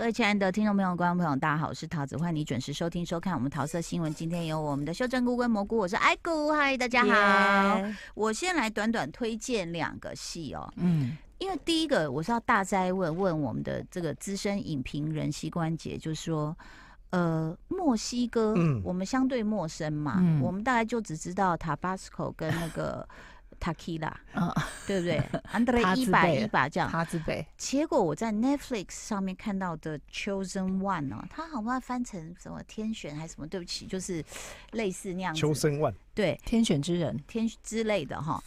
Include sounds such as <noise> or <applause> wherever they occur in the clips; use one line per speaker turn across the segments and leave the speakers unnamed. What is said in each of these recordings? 位亲爱的听众朋友、观众朋友，大家好，我是桃子，欢迎你准时收听、收看我们桃色新闻。今天有我们的修正菇跟蘑菇，我是爱菇，嗨，大家好。
耶
我先来短短推荐两个戏哦，
嗯，
因为第一个我是要大灾问问我们的这个资深影评人膝关节，就说。呃，墨西哥、
嗯
我们相对陌生嘛，
嗯
我们大概就只知道 Tabasco 跟那个 Tequila，
啊
对不对
<laughs>
a n d r
塔
一
兹
把
贝
一把这样，
哈兹北，
结果我在 Netflix 上面看到的《Chosen One》哦，它好像翻成什么“天选”还是什么，对不起，就是类似那样
求
子，
生万，
对
天选之人，
天之类的哈。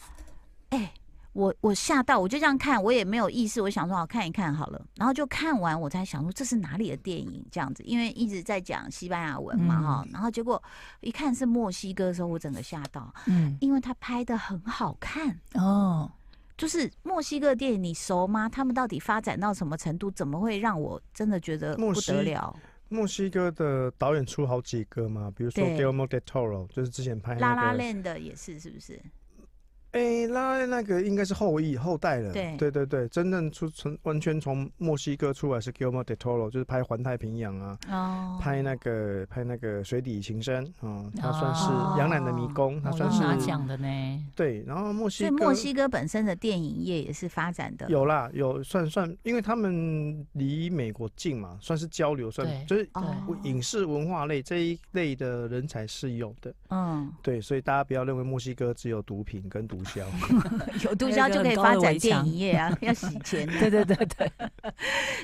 哎，我我吓到，我就这样看，我也没有意识，我想说好看一看好了，然后就看完，我才想说这是哪里的电影这样子，因为一直在讲西班牙文嘛哈，然后结果一看是墨西哥的时候，我整个吓到，
嗯，
因为它拍的很好看。
哦，
就是墨西哥电影，你熟吗？他们到底发展到什么程度？怎么会让我真的觉得
墨
不
西
得了？
墨西哥的导演出好几个嘛，比如说
对
Guillermo del Toro，就是之前拍
拉拉
哎那个，
链的也是，是不是？
哎，拉拉那个应该是后裔后代了，
对
对对对真正出从完全从墨西哥出来是 Guillermo del Toro，就是拍《环太平洋》啊，
哦，
拍那个拍那个《水底情深》啊，他算是
哦
《杨澜的迷宫》，他
我
算
要拿
是
奖的呢，
对，然后墨
所
西
以
哥
墨西哥本身的电影业也是发展的。
有啦，有算算，因为他们离美国近嘛，算是交流，
对
算就是
哦，
影视文化类这一类的人才是有的。
嗯，
对，所以大家不要认为墨西哥只有毒品跟毒枭。
<laughs> 有毒
那
枭
个
就可以
很高
发
的
展
围
电
墙
影业啊，要洗钱的。
<laughs> 对对对对，
<laughs>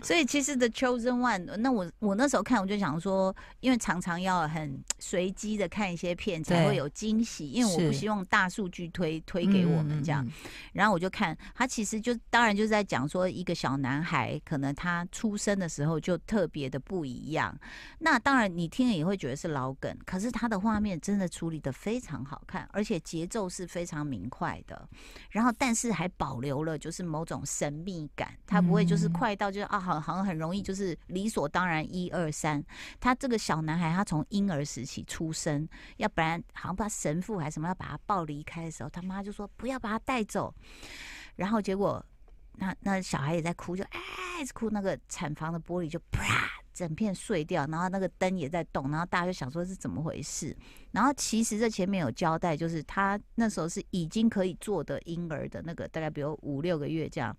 所以其实 The Chosen One，那我我那时候看我就想说，因为常常要很随机的看一些片才
对
会有惊喜，因为我不
是
希望大数据推推给我们这样。
嗯，
然后我就看他，其实就当然就是在讲说，一个小男孩可能他出生的时候就特别的不一样。那当然你听了也会觉得是老梗，可是他的画面真的处理的非常好看，而且节奏是非常明快的。然后但是还保留了就是某种神秘感，他不会就是
嗯
快到就是啊，好好像很容易就是理所当然一二三。他这个小男孩他从婴儿时期出生，要不然好像不知道神父还是什么要把他抱离开的时候，他妈就说不要把他带走，然后结果那那小孩也在哭，就哎一直哭，那个产房的玻璃就啪整片碎掉，然后那个灯也在动，然后大家就想说是怎么回事，然后其实这前面有交代，就是他那时候是已经可以做的婴儿的那个大概比如五六个月这样，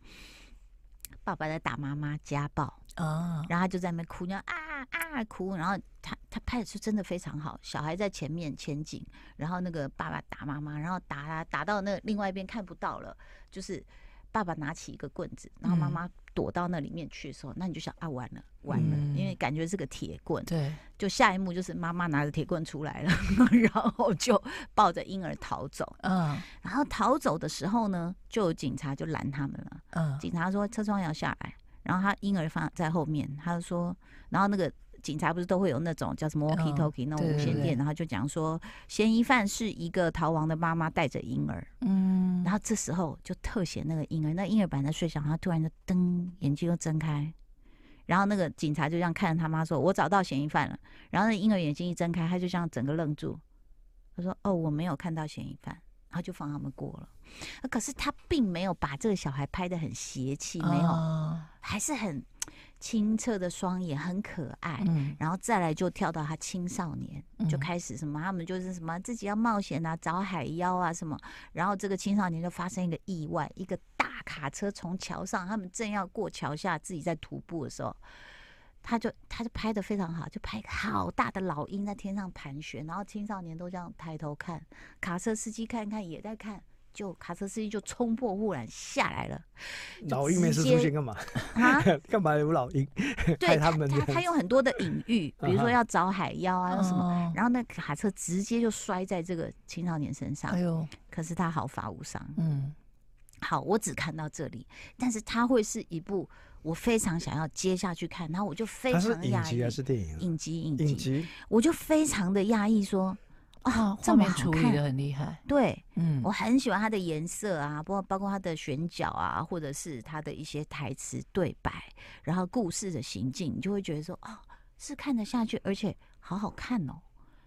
爸爸在打妈妈家暴。
嗯啊，
然后他就在那边哭，那样啊啊哭，然后他他拍的是真的非常好，小孩在前面前景，然后那个爸爸打妈妈，然后打打打到那另外一边看不到了，就是爸爸拿起一个棍子，然后妈
嗯
妈躲到那里面去的时候，那你就想啊完了完了，因为
嗯
感觉是个铁棍，
对，
就下一幕就是妈妈拿着铁棍出来了， <laughs> 然后就抱着婴儿逃走，
嗯
然后逃走的时候呢，就有警察就拦他们了。
嗯，
警察说车窗摇下来，然后他婴儿放在后面，他就说，然后那个警察不是都会有那种叫什么
嗯
walkie talkie 那种
对
无
对
线
对
电，然后就讲说嫌疑犯是一个逃亡的妈妈带着婴儿，
嗯
然后这时候就特写那个婴儿，那婴儿本来在睡觉，然后突然就噔眼睛又睁开。然后那个警察就这样看着他妈说：“我找到嫌疑犯了。”然后那婴儿眼睛一睁开，他就这样整个愣住。他说：“哦，我没有看到嫌疑犯。”然后就放他们过了。啊可是他并没有把这个小孩拍的很邪气，没有，
哦
还是很清澈的双眼，很可爱。
嗯，
然后再来就跳到他青少年，就
嗯
开始什么，他们就是什么自己要冒险啊，找海妖啊什么。然后这个青少年就发生一个意外，一个大卡车从桥上，他们正要过桥下，自己在徒步的时候，他就他就拍的非常好，就拍一个好大的老鹰在天上盘旋，然后青少年都这样抬头看，卡车司机看一看也在看。就卡车司机就冲破护栏下来
<laughs>
了
老鹰没事出现干嘛？
啊！
<laughs> 干嘛有老鹰？
对
害他们
他
这
他
样
用很多的隐喻，比如
啊
说
哈
要找海妖啊，要什么，
么？
然后那卡车直接就摔在这个青少年身上
哎，呦，
可是他毫发无伤。
嗯
好，我只看到这里，但是它会是一部我非常想要接下去看，然后我就非
它是
常
影
压抑
集还。是电影啊？
影集影
影
集，
集
我就非常的压抑说，
啊，
啊，
画
这么
面
好
处理的
看，
很厉害，
对
嗯
我很喜欢它的颜色啊，包包括它的选角啊，或者是它的一些台词对白，然后故事的行进，你就会觉得说，哦，是看得下去，而且好好看哦。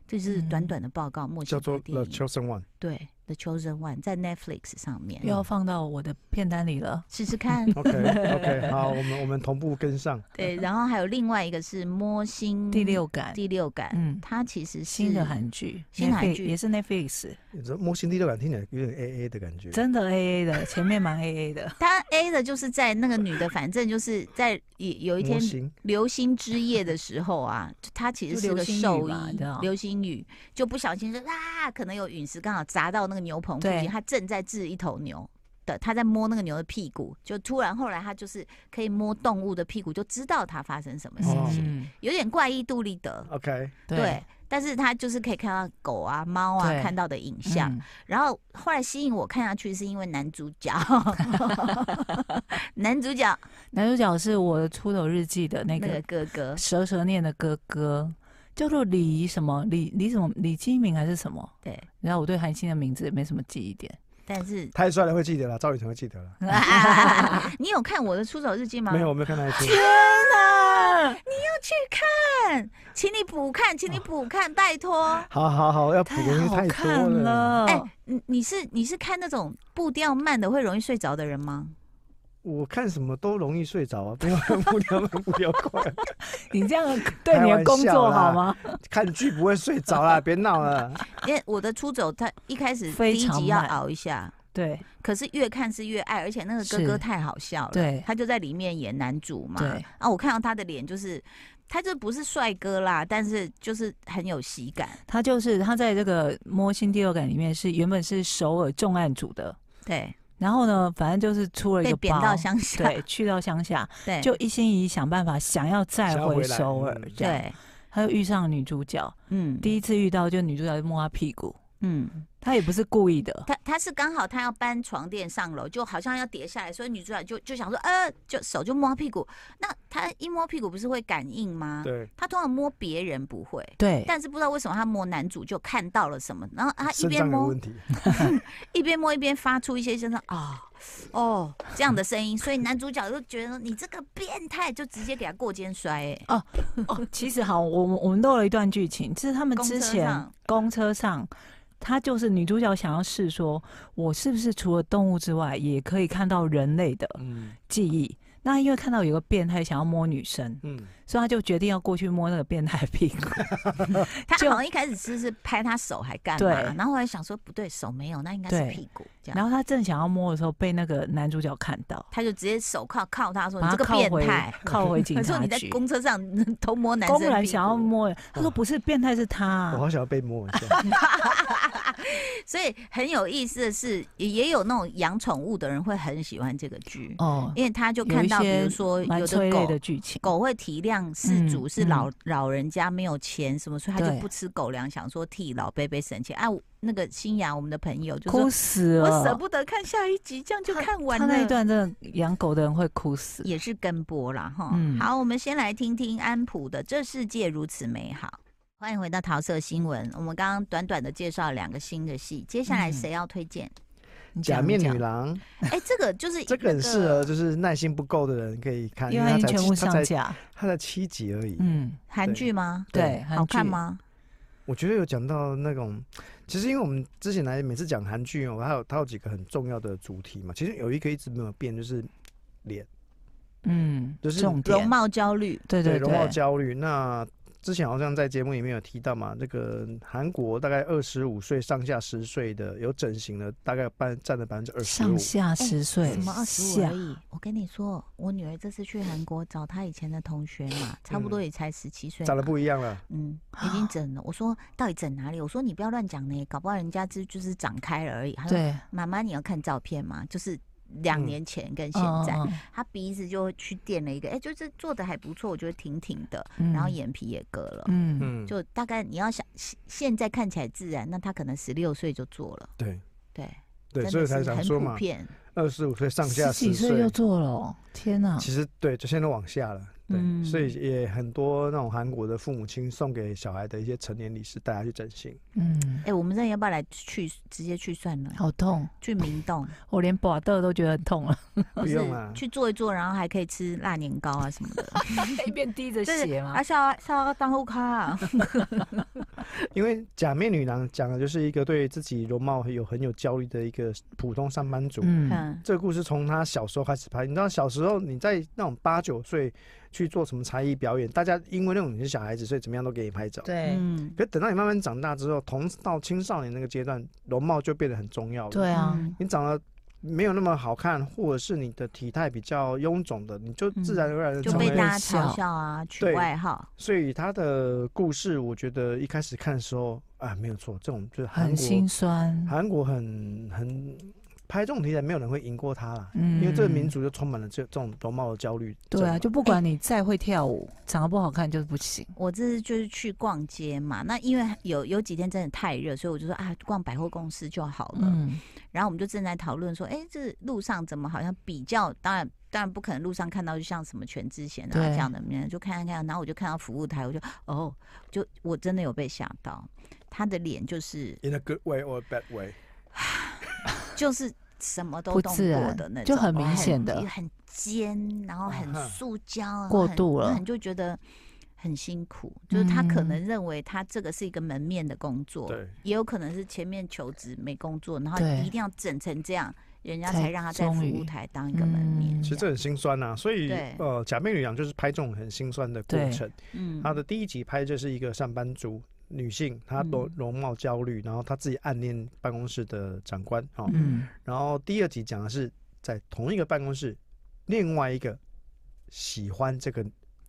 这就是短
嗯
短的报告，目前
叫做《
电
The
影
Chosen One》，
对， The Chosen One》在 Netflix 上面
又，要放到我的片单里了。
试试看。
OK
<laughs>
OK，好，我们我们同步跟上。
对，然后还有另外一个是《摸心
第六感，
嗯第六感》，
嗯，
它其实是
新的韩剧，
新的韩
Netflix-
剧
也是 Netflix，
你知道摸心第六感听起来有点 A A 的感觉，
真的 A A 的，前面蛮 A A 的。
他 A 的就是在那个女的，反正就是在有有一
摸
天
心
流星之夜的时候啊，就他其实
就是流
个
星雨
兽
嘛
医
对啊，
流星雨就不小心就啊，可能有陨石刚好砸到那个牛棚附
对
近，他正在治一头牛的，他在摸那个牛的屁股，就突然后来他就是可以摸动物的屁股，就知道它发生什么事
哦
情，
嗯，
有点怪异杜立德，
OK，
对，但是他就是可以看到狗啊、猫啊
对
看到的影像。
嗯
然后后来吸引我看下去是因为男主角，男主角
男主角是我的《出走日记》的那
那个
个
哥哥
蛇蛇念的哥哥，叫做李什么李李什么李基明还是什么？
对，
然后我对韩星的名字没什么记忆
<laughs>
点，
但是
太帅了会记得了，赵雨辰会记得了。
<laughs> 你有看我的出走日记吗？
没有，，我没有看那一出。
去看，请你补看，请你补看，拜托。
好好好，要补
太
的东西
好
太
看
多了。
哎、你你是你是看那种步调慢的会容易睡着的人吗？
我看什么都容易睡着啊，不要 <laughs> 不聊不聊快，
你这样对你的工作好吗？
<laughs> 看剧不会睡着啦，别闹了。
因为我的出走，他一开始第
非
一
常
集要
慢
熬一下，
对
可是越看是越爱，而且那个哥
是
哥太好笑了，
对
他就在里面演男主嘛。
对，
啊，我看到他的脸就是，他就不是帅哥啦，但是就是很有喜感。
他就是他在这个《摸心第六感》里面是原本是首尔重案组的，
对，
然后呢，反正就是出了一
被
个
贬
包
到乡下，
对，去到乡下，
对
就一心一意想办法想要再
想要
回
回来
首尔
嗯，
这样，
对，
他又遇上女主角，
嗯，
第一次遇到就女主角就摸他屁股，
嗯，
他也不是故意的，
他他是刚好他要搬床垫上楼，就好像要跌下来，所以女主角就就想说，呃，就手就摸屁股。那他一摸屁股不是会感应吗？
对，
他通常摸别人不会。
对，
但是不知道为什么他摸男主就看到了什么，然后他啊一
肾
边
脏有
摸
问题，
一边摸一边发出一些声声啊哦这样的声音，所以男主角就觉得说你这个变态，就直接给他过肩摔、哎，
哦，其实好，我们我们都有一段剧情，就是他们
公
之
车
前
上
公车上，他就是女主角想要试说，我是不是除了动物之外，也可以看到人类的
嗯
记忆。那因为看到有个变态想要摸女生，
嗯，
所以他就决定要过去摸那个变态的
<laughs>
屁股。
他
就
好像一开始是是拍他手还干
对
嘛，然后后来想说不对，手没有，那应该是
对
屁股这样，
然后他正想要摸的时候，被那个男主角看到，
他就直接手铐铐他说你
把
哦这
他
个
靠
变
回
态，
靠回
<laughs>
警
他说
察
你在
局。
公车上偷摸男生
公
的
然
屁
想要
股
摸人，他说不是变态是他
我
啊，
好想要被摸一下。
<laughs>
所以很有意思的是，也也有那种养宠物的人会很喜欢这个剧，
哦，
因为他就
有
看
一
到比
些
如说
蛮
有
催
的
泪
狗
的剧情。
狗会体谅饲主
嗯
是老、老人家没有钱什么，所以他就
对
不吃狗粮，想说替老贝贝省钱。啊，我那个新雅我们的朋友就
哭
说，
死了！
我舍不得看下一集，这样就看完
他
了。
那一段真的养狗的人会哭死。
也是跟播啦哈。
嗯
好，我们先来听听安普的《这世界如此美好》。欢迎回到桃色新闻。我们刚刚短短的介绍了两个新的戏，接下来
嗯
谁要推荐？
你
假
讲
面
讲
女郎
哎、这个
<laughs>
就是
这个很适合，就是耐心不够的人可以看，
因
啊
为
因为
已
它
经
才
全部
七它
上
才
架，
它才七集而已。
嗯，
韩
对
剧吗？
对，
好
韩剧
看？吗？
我觉得有讲到那种，其实因为我们之前来每次讲韩剧哦，它有它有几个很重要的主题嘛，其实有一个一直没有变，就是脸
嗯，
就是
重
容
点，
貌焦虑，
对对
容貌
对，
焦虑。那之前好像在节目里面有提到嘛，这个韩国大概二十五岁上下十岁的有整形的，大概半占了百分之二十
上
五。
下十岁
哎什，么二十五
下
而已。我跟你说，我女儿这次去韩国找她以前的同学嘛，差不多也才十七岁嘛，
嗯长得不一样了，
嗯，已经整了。我说到底整哪里？我说你不要乱讲呢，搞不好人家这就是长开了而已。她说
对，
妈妈，你要看照片吗？就是两
嗯
年前跟现
嗯
在，他鼻子就去垫了一个，哎、就是做的还不错，我觉得挺挺的，
嗯
然后，眼皮也割了。
嗯嗯，
嗯，
就大概你要想现现在看起来自然，那他可能十六岁就做了，
对
对，
对，
真
所以
的
我才
是
想
很
说
普
嘛，
遍，
二十五岁上下
十几
十
岁就做了哦，天哪！
其实对，就现在都往下了，对，
嗯
所以也很多那种韩国的父母亲送给小孩的一些成年礼是带他去整形，
嗯
哎、，我们这要不要来去直接去算了？
好痛，
去明洞，
我连拔豆都觉得
<laughs>
很痛了，
不
<laughs> 不
是
用啦
去做一做，然后还可以吃辣年糕啊什么
<laughs>
的。
一边滴着
这
血嘛
啊，。笑笑当后咖、啊，
因为假面女郎讲的就是一个对自己容貌有很有焦虑的一个普通上班族。
嗯，
嗯，
这个故事从她小时候开始拍，你知道小时候你在那种八九岁去做什么才艺表演，大家因为那种你是小孩子，所以怎么样都给你拍照。
对
<laughs> 嗯，
可等到你慢慢长大之后，同到青少年那个阶段，容貌就变得很重要了。
对啊，
嗯
你长得没有那么好看，或者是你的体态比较臃肿的，你就自然而然的
嗯
就
成
被
为。
大家
笑
嘲笑啊，取
对
外号，
所以他的故事，我觉得一开始看的时候啊，没有错，这种就是韩
很
国
心，酸。
韩国很很拍这种题材，没有人会赢过他啦。
嗯
因为这个民族就充满了这这种容貌的焦虑症
对
嘛。
啊，就不管你再会跳舞，长得不好看就是不行。
我这次就是去逛街嘛，那因为有有几天真的太热，所以我就说啊，逛百货公司就好了。
嗯，
然后我们就正在讨论说，哎、这路上怎么好像比较？当然，当然不可能路上看到就像什么全智贤啊
对
这样的，就看看看。然后我就看到服务台，我就哦，就我真的有被吓到，他的脸就是
in a good way or a bad way，
就是什么都
不
动
自
过
然
的那种，
就很明显的
很很尖，然后很
嗯哼
塑胶啊，
过
很
度了
那你就觉得。很辛苦，就是他可
嗯
能认为他这个是一个门面的工作，
对，
也有可能是前面求职没工作，然后
对
一定要整成这样，人家
才
才让他在服
终
务
于
台当一个门面。
嗯
其实这很心酸呐、所以
对
呃，假面女郎就是拍这种很心酸的过
对
程。
嗯
她的第一集拍就是一个上班族女性，她容
嗯
容貌焦虑，然后她自己暗恋办公室的长官哦。
嗯，
然后第二集讲的是在同一个办公室，另外一个喜欢这个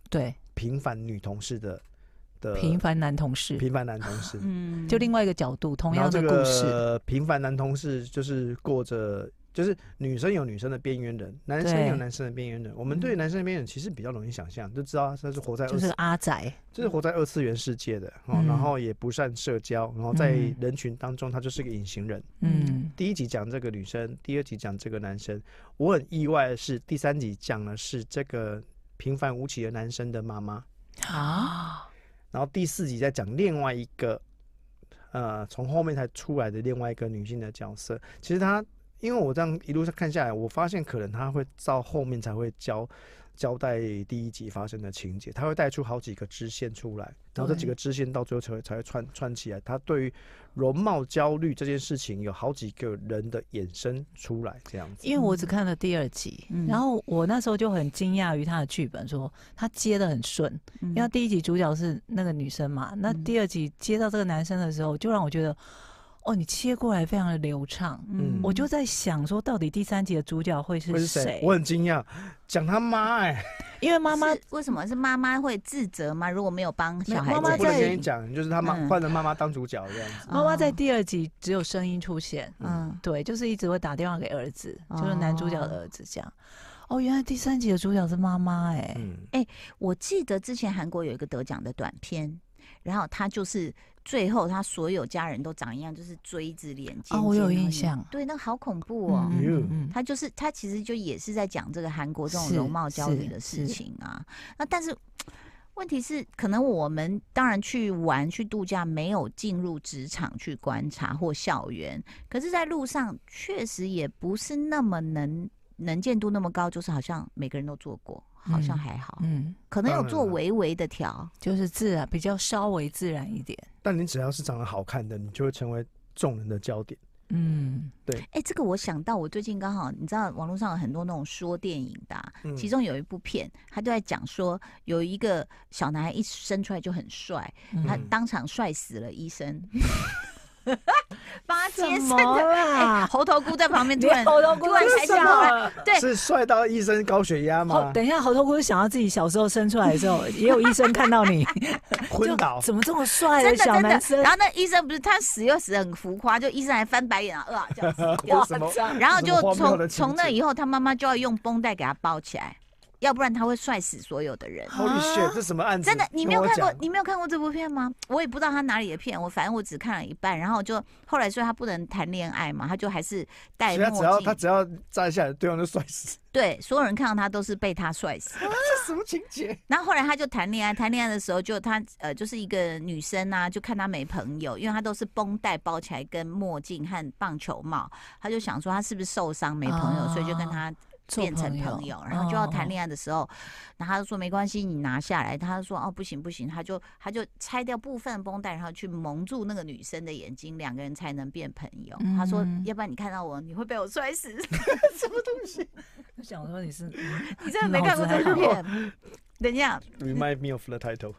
对，
平凡女同事的的
平凡男同事，
呃平凡男同事。
嗯
就另外一个角度，同
然后
样
这
的故事，
个平凡男同事就是过着，就是女生有女生的边缘人，男生有
对
男生的边缘人。我们对
嗯
男生的边缘人其实比较容易想象，就知道他是活在
就
二
是
次，
阿仔，
就是活在二次元世界的哦，
嗯
然后也不善社交，然后在
嗯
人群当中他就是个隐形人。
嗯，
第一集讲这个女生，第二集讲这个男生。我很意外的是，第三集讲的是这个平凡无奇的男生的妈妈，
啊，
然后第四集再讲另外一个，呃，从后面才出来的另外一个女性的角色。其实她，因为我这样一路看下来，我发现可能她会到后面才会交交代第一集发生的情节，她会带出好几个支线出来，然后这
对
几个支线到最后才会才会串串起来。她对于容貌焦虑这件事情有好几个人的衍生出来，这样子。
因为我只看了第二集，
嗯
然后我那时候就很惊讶于他的剧本，说他接的很顺，
嗯
因为他第一集主角是那个女生嘛，那
嗯
第二集接到这个男生的时候，就让我觉得，哦，你切过来非常的流畅，
嗯
我就在想说，到底第三集的主角会
会
是
是
谁
谁？？我很惊讶，讲他妈哎、
因为妈妈
是为什么是妈妈会自责吗？如果没有帮小孩
妈妈
我
子
不能
在
跟你讲，就是他妈
嗯
换了妈妈当主角这样子。
妈妈在
哦
第二集只有声音出现，
嗯
对，就是一直会打电话给儿子，就是男主角的儿子这样。哦，原来第三集的主角是妈妈哎，
嗯，
我记得之前韩国有一个得奖的短片，然后他就是最后他所有家人都长一样，就是锥子脸。尖
哦我
尖然
有
后
印
眼
象
对，那个好恐怖哦。
哎呦
嗯
他就是他其实就也是在讲这个韩国这种
是
容貌焦虑
是
的事
是
情啊。那但是问题是，可能我们当然去玩去度假，没有进入职场去观察或校园，可是，在路上确实也不是那么能能见度那么高，就是好像每个人都做过，好像
嗯
还好，
嗯，
可能有
当然
做
了
微微的调。
就是自然，比较稍微自然一点。
但你只要是长得好看的，你就会成为众人的焦点。
嗯，
哎、这个我想到，我最近刚好你知道网络上有很多那种说电影的啊、
嗯
其中有一部片，他就在讲说有一个小男孩一生出来就很帅，他
嗯
当场帅死了医
<laughs>
生，帮他接生
么
的。哎、
啦？
猴头菇在旁边突然，
喉头菇
突然
是
才
什
想
么
来，对
是帅到医生高血压
哦
吗？
等一下，猴头菇想到自己小时候生出来的时候，也有医生看到你，
昏
<laughs>
倒
就，怎么这么帅
真
的
的
小
真
男
的。
生
然？后那医生不是他死又死得很浮夸，就医生还翻白眼啊，啊这样死掉
为什么？
然后
这
就
么荒谬
从
的情
从那
景
以后，他妈妈就要用绷带给他包起来，要不然他会帅死所有的人。
Holy shit！这什么案子？
啊真的，你没有
跟
看
我
过
讲，
你没有看过这部片吗？我也不知道他哪里的片，我反正我只看了一半，然后就后来说他不能谈恋爱嘛，他就还是戴
其实他只
墨
要他
镜。
只要站下来，对方就摔死。
<laughs> 对，所有人看到他都是被他帅死，这
什么情 <laughs> 节？
然后后来他就谈恋爱，谈恋爱的时候就他呃就是一个女生啊，就看他没朋友，因为他都是绷带包起来，跟墨镜和棒球帽，他就想说他是不是受伤没朋友，所以就跟他
哦做
变成
朋
朋
友
友，然后就要
哦
谈恋爱的时候，然后他就说没关系，你拿下来。他就说哦不行不行，他就他就拆掉部分绷带，然后去蒙住那个女生的眼睛，两个人才能变朋友。他说
嗯
要不然你看到我，你会被我摔死。 <laughs>
我想说你是嗯
你真的没看过这
脑
部
子还
片？ <laughs> 等一下，
Remind me of the title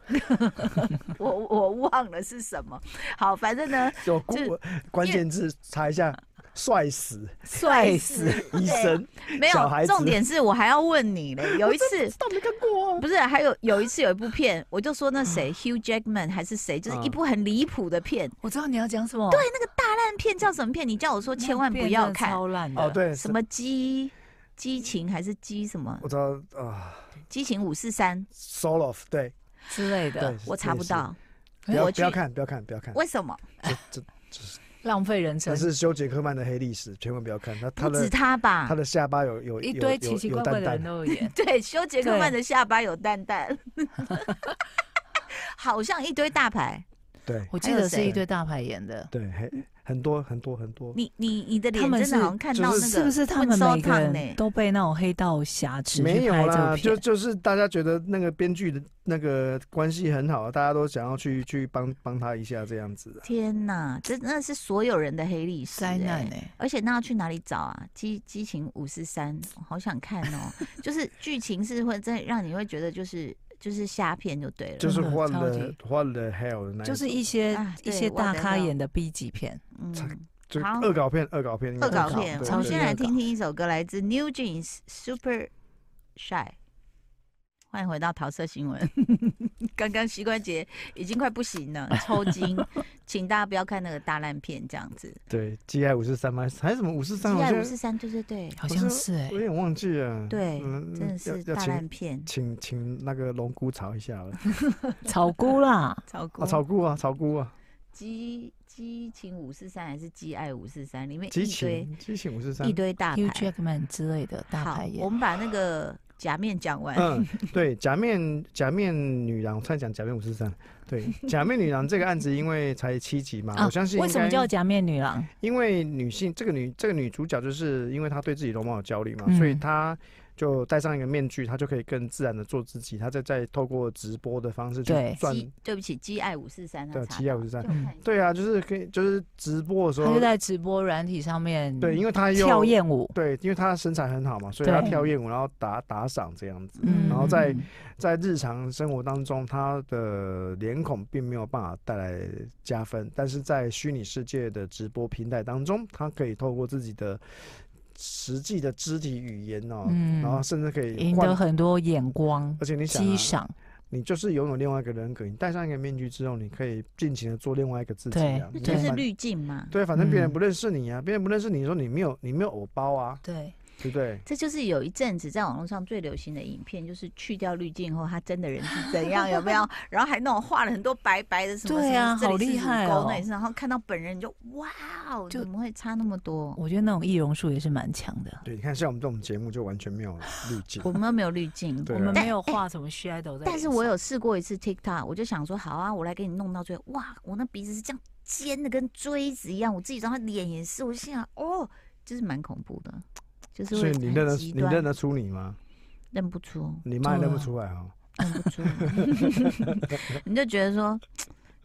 我我忘了是什么。好，反正
<laughs>
呢，
就估
就
关键字查一下，帅死
帅
哎
死，
医生，
没
小孩
有，
子
重点是我还要问你嘞。有一
<laughs>
次，
倒没看过啊。
不是还有有一次有一部片，我就说那谁 Hugh Jackman 还是谁，就是
啊
一部很离谱的片，
我知道你要讲什么，对，
烂片叫什么片？你叫我说千万不要看，
超烂的
哦，，对，
什么激激情还是激什么
是？我知道啊
激情五四三，
，Soul of 对，
之类的
对，，
啊我查不到，
不要
我
不要
去
看，不要看，不要看，
为什么？
这这是
浪费人生
这。是修杰克曼的黑历史，千万不要看他他
不止
的
他吧，
他？的下巴有有
一
有
堆
有
奇奇
有
怪怪的
蛋
人
蛋
哦
都有演
<laughs>
对，修杰克
对
曼的下巴有蛋蛋， <laughs> 好像一堆大牌。
对
我记
还有
得是
谁
一堆大牌演的。
对，很很多很多很多，
你你你的脸
他们
真的
是
好像看
就
到那
是
个
是不是他们每个
Woodstock 呢
人都被那种黑道挟持
没
去
有
拍这
啦，
个
就
片？
就是大家觉得那个编剧的那个关系很好，大家都想要去去帮帮他一下这样子。啊
天呐，这真的是所有人的黑历史、
灾难
欸
呢、
而且那要去哪里找啊？激激情五四三，我好想看哦。就是剧情是会真的让你会觉得就是就是瞎片就对了。
就是
真的
what
超
the
级
what the hell 的那一
就
种
是一些
啊
一
对
些
我
大
等
咖
到
演的 B 级片，
嗯，
就是
好
恶搞片，恶搞片，应该
恶搞
是这样
片。
嗯对
我们
对
先
恶
来
搞
听听一首歌，来自 New Jeans Super Shy。欢迎回到桃色新闻。 <laughs> 刚刚膝关节已经快不行了，抽
<laughs>
筋，请大家不要看那个大烂片这样子。
对，G I 五四三吗？还是什么五四三？
G
我
I
觉
五
得
四三，对对对，
好
不
像
是
是哎、
我有点忘记了。
对，
嗯
真的是
要要
大烂
请
片。
请请那个龙姑炒一下了，
欸
<laughs>
草菇啦，
超过
啊，炒菇啊，炒菇啊，
激激情五四三还是激爱五四三里
嗯
面
激
一堆
情激情五四三
一。堆大
Hugh
牌。
Jackman 之类的大
好
牌，
我
演，
们把那个假面讲完。
嗯，对，假面假面女郎，我差点讲假面五四三。
<laughs>
对，假面女郎这个案子，因为才七集嘛，
啊
我相信
为
应
什么
该
叫假面女郎？
因为女性这个女这个女主角，就是因为她对自己容貌有焦虑嘛，
嗯
所以她就戴上一个面具，她就可以更自然的做自己。她再再透过直播的方式去
对
赚，
激，对不起，激爱五四三，
对
查
激爱
到
543
就看一下
对啊，就是可以，就是直播的时
他
候
就，在直播软体上面
对，因为她又
跳艳舞，
对，因为她身材很好嘛，所以她
对
跳艳舞，然后打打赏这样子。
嗯
然后再在日常生活当中，她的脸孔并没有办法带来加分，但是在虚拟世界的直播平台当中，她可以透过自己的实际的肢体语言哦，
嗯
然后甚至可以
赢
换
得，很多眼光、
而且你想、啊
激，赏，
你就是拥有另外一个人格，你戴上一个面具之后，你可以尽情的做另外一个自己啊，
对
你
就
反
是滤镜嘛。
对，反正别人
嗯
不认识你啊，别人不认识你，说你没有你没有偶包啊，
对
对不对？
这就是有一阵子在网络上最流行的影片，就是去掉滤镜后，他真的人是怎样，有没有？然后还那种画了很多白白的什么，
对啊
什么这
好
里
厉
是乳
害
沟
哦
那里是，然后看到本人你就哇哦，
就
怎么会差那么多？
我觉得那种易容术也是蛮强的。
对，你看像我们这种节目就完全没有滤镜
我，们又没有滤镜，
对
我
啊
们
但哎
没有画什么 shadow 在脸上，
但是我有试过一次 TikTok，我就想说，好啊，我来给你弄到最后，哇，我那鼻子是这样尖的，跟锥子一样，我自己知道，他脸也是，我就心想，哦，就是蛮恐怖的，就是
所
会
以你认得
很极
你
端，
认得出你吗？
认不出，
你妈也
对
认不
啊
出来哦。
认
<laughs>
不出，你就觉得说，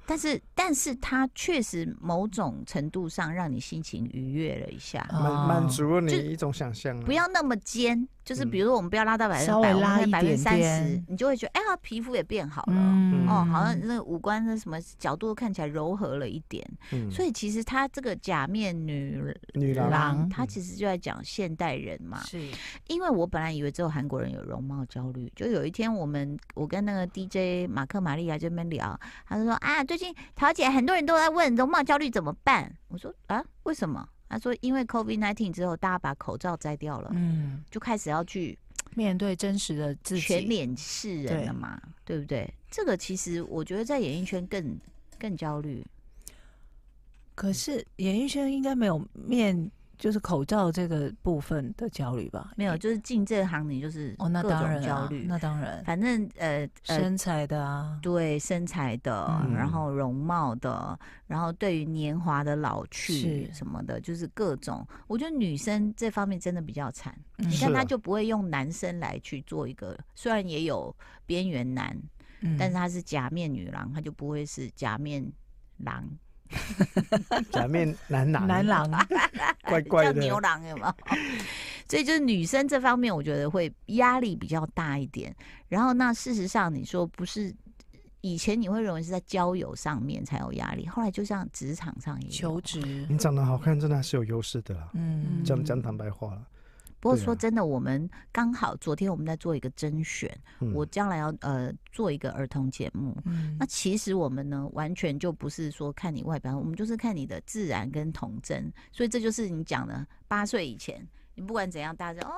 但是但是它确实某种程度上让你心情愉悦了一下。
啊
满满足了你
就
一种想象、啊。
不要那么尖，就是比如说我们不要拉到百分之
嗯稍
百，
微
我
拉
们
一
百分之三
点
十
点，
你就会觉得哎呀，皮肤也变好了，
嗯
哦，好像那个五官的什么角度看起来柔和了一点，
嗯，
所以其实她这个假面女
女郎
郎嗯
她其实就在讲现代人嘛。
是
因为我本来以为只有韩国人有容貌焦虑，就有一天我们我跟那个 DJ 马克玛丽亚这边聊，他就说啊，最近桃姐很多人都在问容貌焦虑怎么办，我说啊，为什么？他说因为 COVID nineteen 之后，大家把口罩摘掉了，
嗯，
就开始要去
面对真实的自己，
全脸示人
对
了嘛，对不对？这个其实我觉得在演艺圈更更焦虑。
可是演艺圈应该没有面就是口罩这个部分的焦虑吧？
没有，就是进这行你就是
哦，那
各
当
种
然
焦
啊
虑，
那当然，
反正呃呃，
身材的啊，
对身材的，然
嗯
后容貌的，然后对于年华的老去
是
什么的，就是各种。我觉得女生这方面真的比较惨，
嗯
你
是
看她
啊
就不会用男生来去做一个，虽然也有边缘男，
嗯
但是她是假面女郎，她就不会是假面狼，<laughs>
假面男男
男郎
怪怪
叫
的
牛郎有没 <laughs> 有？所以就是女生这方面，我觉得会压力比较大一点。然后那事实上，你说不是以前你会认为是在交友上面才有压力，后来就像职场上也有
求。职，
你长得好看，真的还是有优势的啦。
嗯，
讲讲坦白话了，
不过
对啊
说真的，我们刚好昨天我们在做一个甄选，
嗯
我将来要呃做一个儿童节目。
嗯，
那其实我们呢，完全就不是说看你外表，我们就是看你的自然跟童真。所以这就是你讲的，八岁以前，你不管怎样，大家就哦，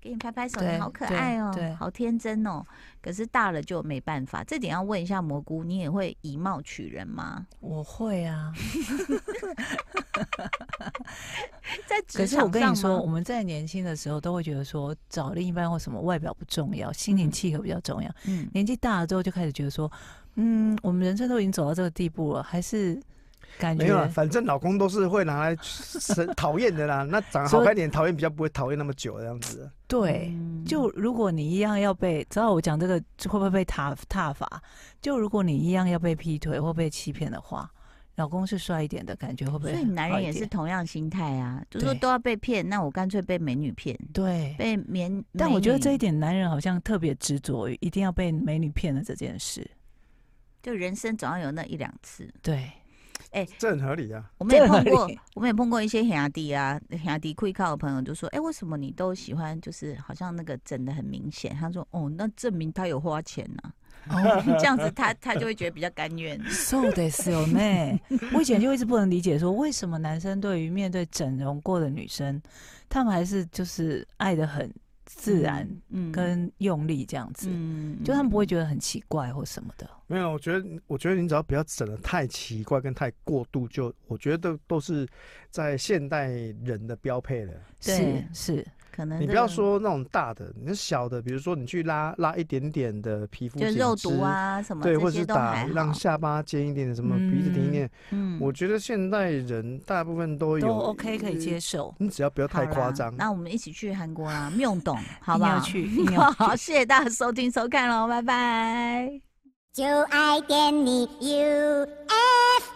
给你拍拍手，你
对
好可
对
爱
对
哦，好天真哦。可是大了就没办法，这点要问一下蘑菇，你也会以貌取人吗？
我会啊，
在
可
职
是我
场
跟你
上
说，我
吗？
们在年轻的时候都会觉得说，找另一半或什么外表不重要，心灵契合比较重要。
嗯，
年纪大了之后就开始觉得说，嗯，我们人生都已经走到这个地步了，还是感
没有啦，
觉
反正老公都是会拿来是讨厌
<laughs>
的啦。那长得好看一点，讨厌比较不会讨厌那么久这样子。
对。
嗯
就如果你一样要被，知道我讲这个会不会被踏踏伐？就如果你一样要被劈腿或被欺骗的话，老公是帅一点的感觉会不会
所
好一
以
点？
男人也是同样心态啊，就说
对
都要被骗，那我干脆被美女骗，
对。
被美。
但我觉得这一
点，
点，男人好像特别执着于一定要被美女骗了这件事。
就人生总要有那一两次。
对，
这很合理啊。
我们也
这
碰
很合
过
理，
我们也碰过一些兄弟啊，兄弟会靠的朋友就说：“哎、为什么你都喜欢？就是好像那个整的很明显。”他说：“哦，那证明他有花钱
<laughs>
呐、 <laughs> 这样子他他就会觉得比较甘愿。
So ですよね。我以前就一直不能理解，说为什么男生对于面对整容过的女生，他们还是就是爱的很自然
嗯，嗯
跟用力这样子，
嗯
就他们不会
得
觉得很奇怪或什么的。
没有，我觉得，我觉得你只要不要整的太奇怪跟太过度，就我觉得都都是在现代人的标配了。
是
嗯对
是，
可能、
你不要，说那种大的，你小的，比如说你去拉拉一点点的皮肤
就
紧
肉毒
致，
啊什么
对，
这
或
些
是
都
打
还
让
好。
下巴尖一点，什么鼻子挺一点。
嗯
我觉得现代人大部分都有
都 OK 可以接受。
你只要不要太
好啦
夸张。
那我们一起去韩国啦，妙懂，好
<laughs> 一
不
定要
好？
去，一定要去
<laughs> 好，谢谢大家收听收看喽，拜拜。
就爱点你 UFO。